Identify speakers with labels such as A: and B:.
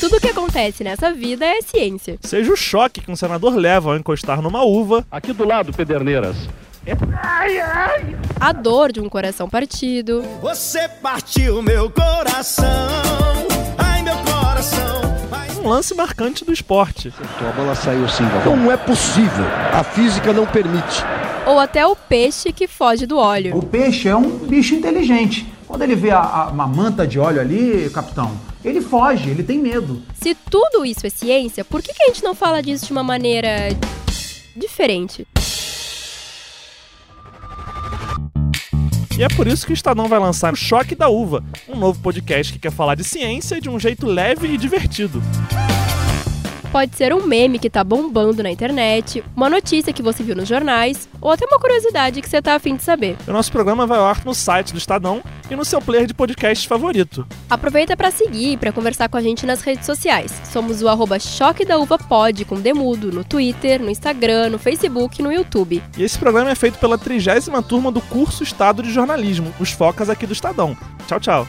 A: Tudo que acontece nessa vida é ciência.
B: Seja o choque que um senador leva ao encostar numa uva,
C: Aqui do lado, Pederneiras.
A: A dor de um coração partido,
D: Você partiu meu coração. Ai, meu coração. Mas...
B: um lance marcante do esporte.
E: A bola saiu sim, Galvão. Não é possível. A física não permite.
A: ou até o peixe que foge do óleo.
F: O peixe é um bicho inteligente. Quando ele vê a, a- uma manta de óleo ali, capitão, ele foge, ele tem medo.
A: Se tudo isso é ciência, por que, que a gente não fala disso de uma maneira diferente?
B: E é por isso que o Estadão vai lançar o Choque da Uva, um novo podcast que quer falar de ciência de um jeito leve e divertido.
A: Pode ser um meme que tá bombando na internet, uma notícia que você viu nos jornais, ou até uma curiosidade que você tá afim de saber.
B: O nosso programa vai ao ar no site do Estadão e no seu player de podcast favorito.
A: Aproveita pra seguir e pra conversar com a gente nas redes sociais. Somos o arroba Choque da Uva Pod com Demudo no Twitter, no Instagram, no Facebook e no YouTube.
B: E esse programa é feito pela trigésima turma do curso Estado de Jornalismo, os Focas aqui do Estadão. Tchau, tchau.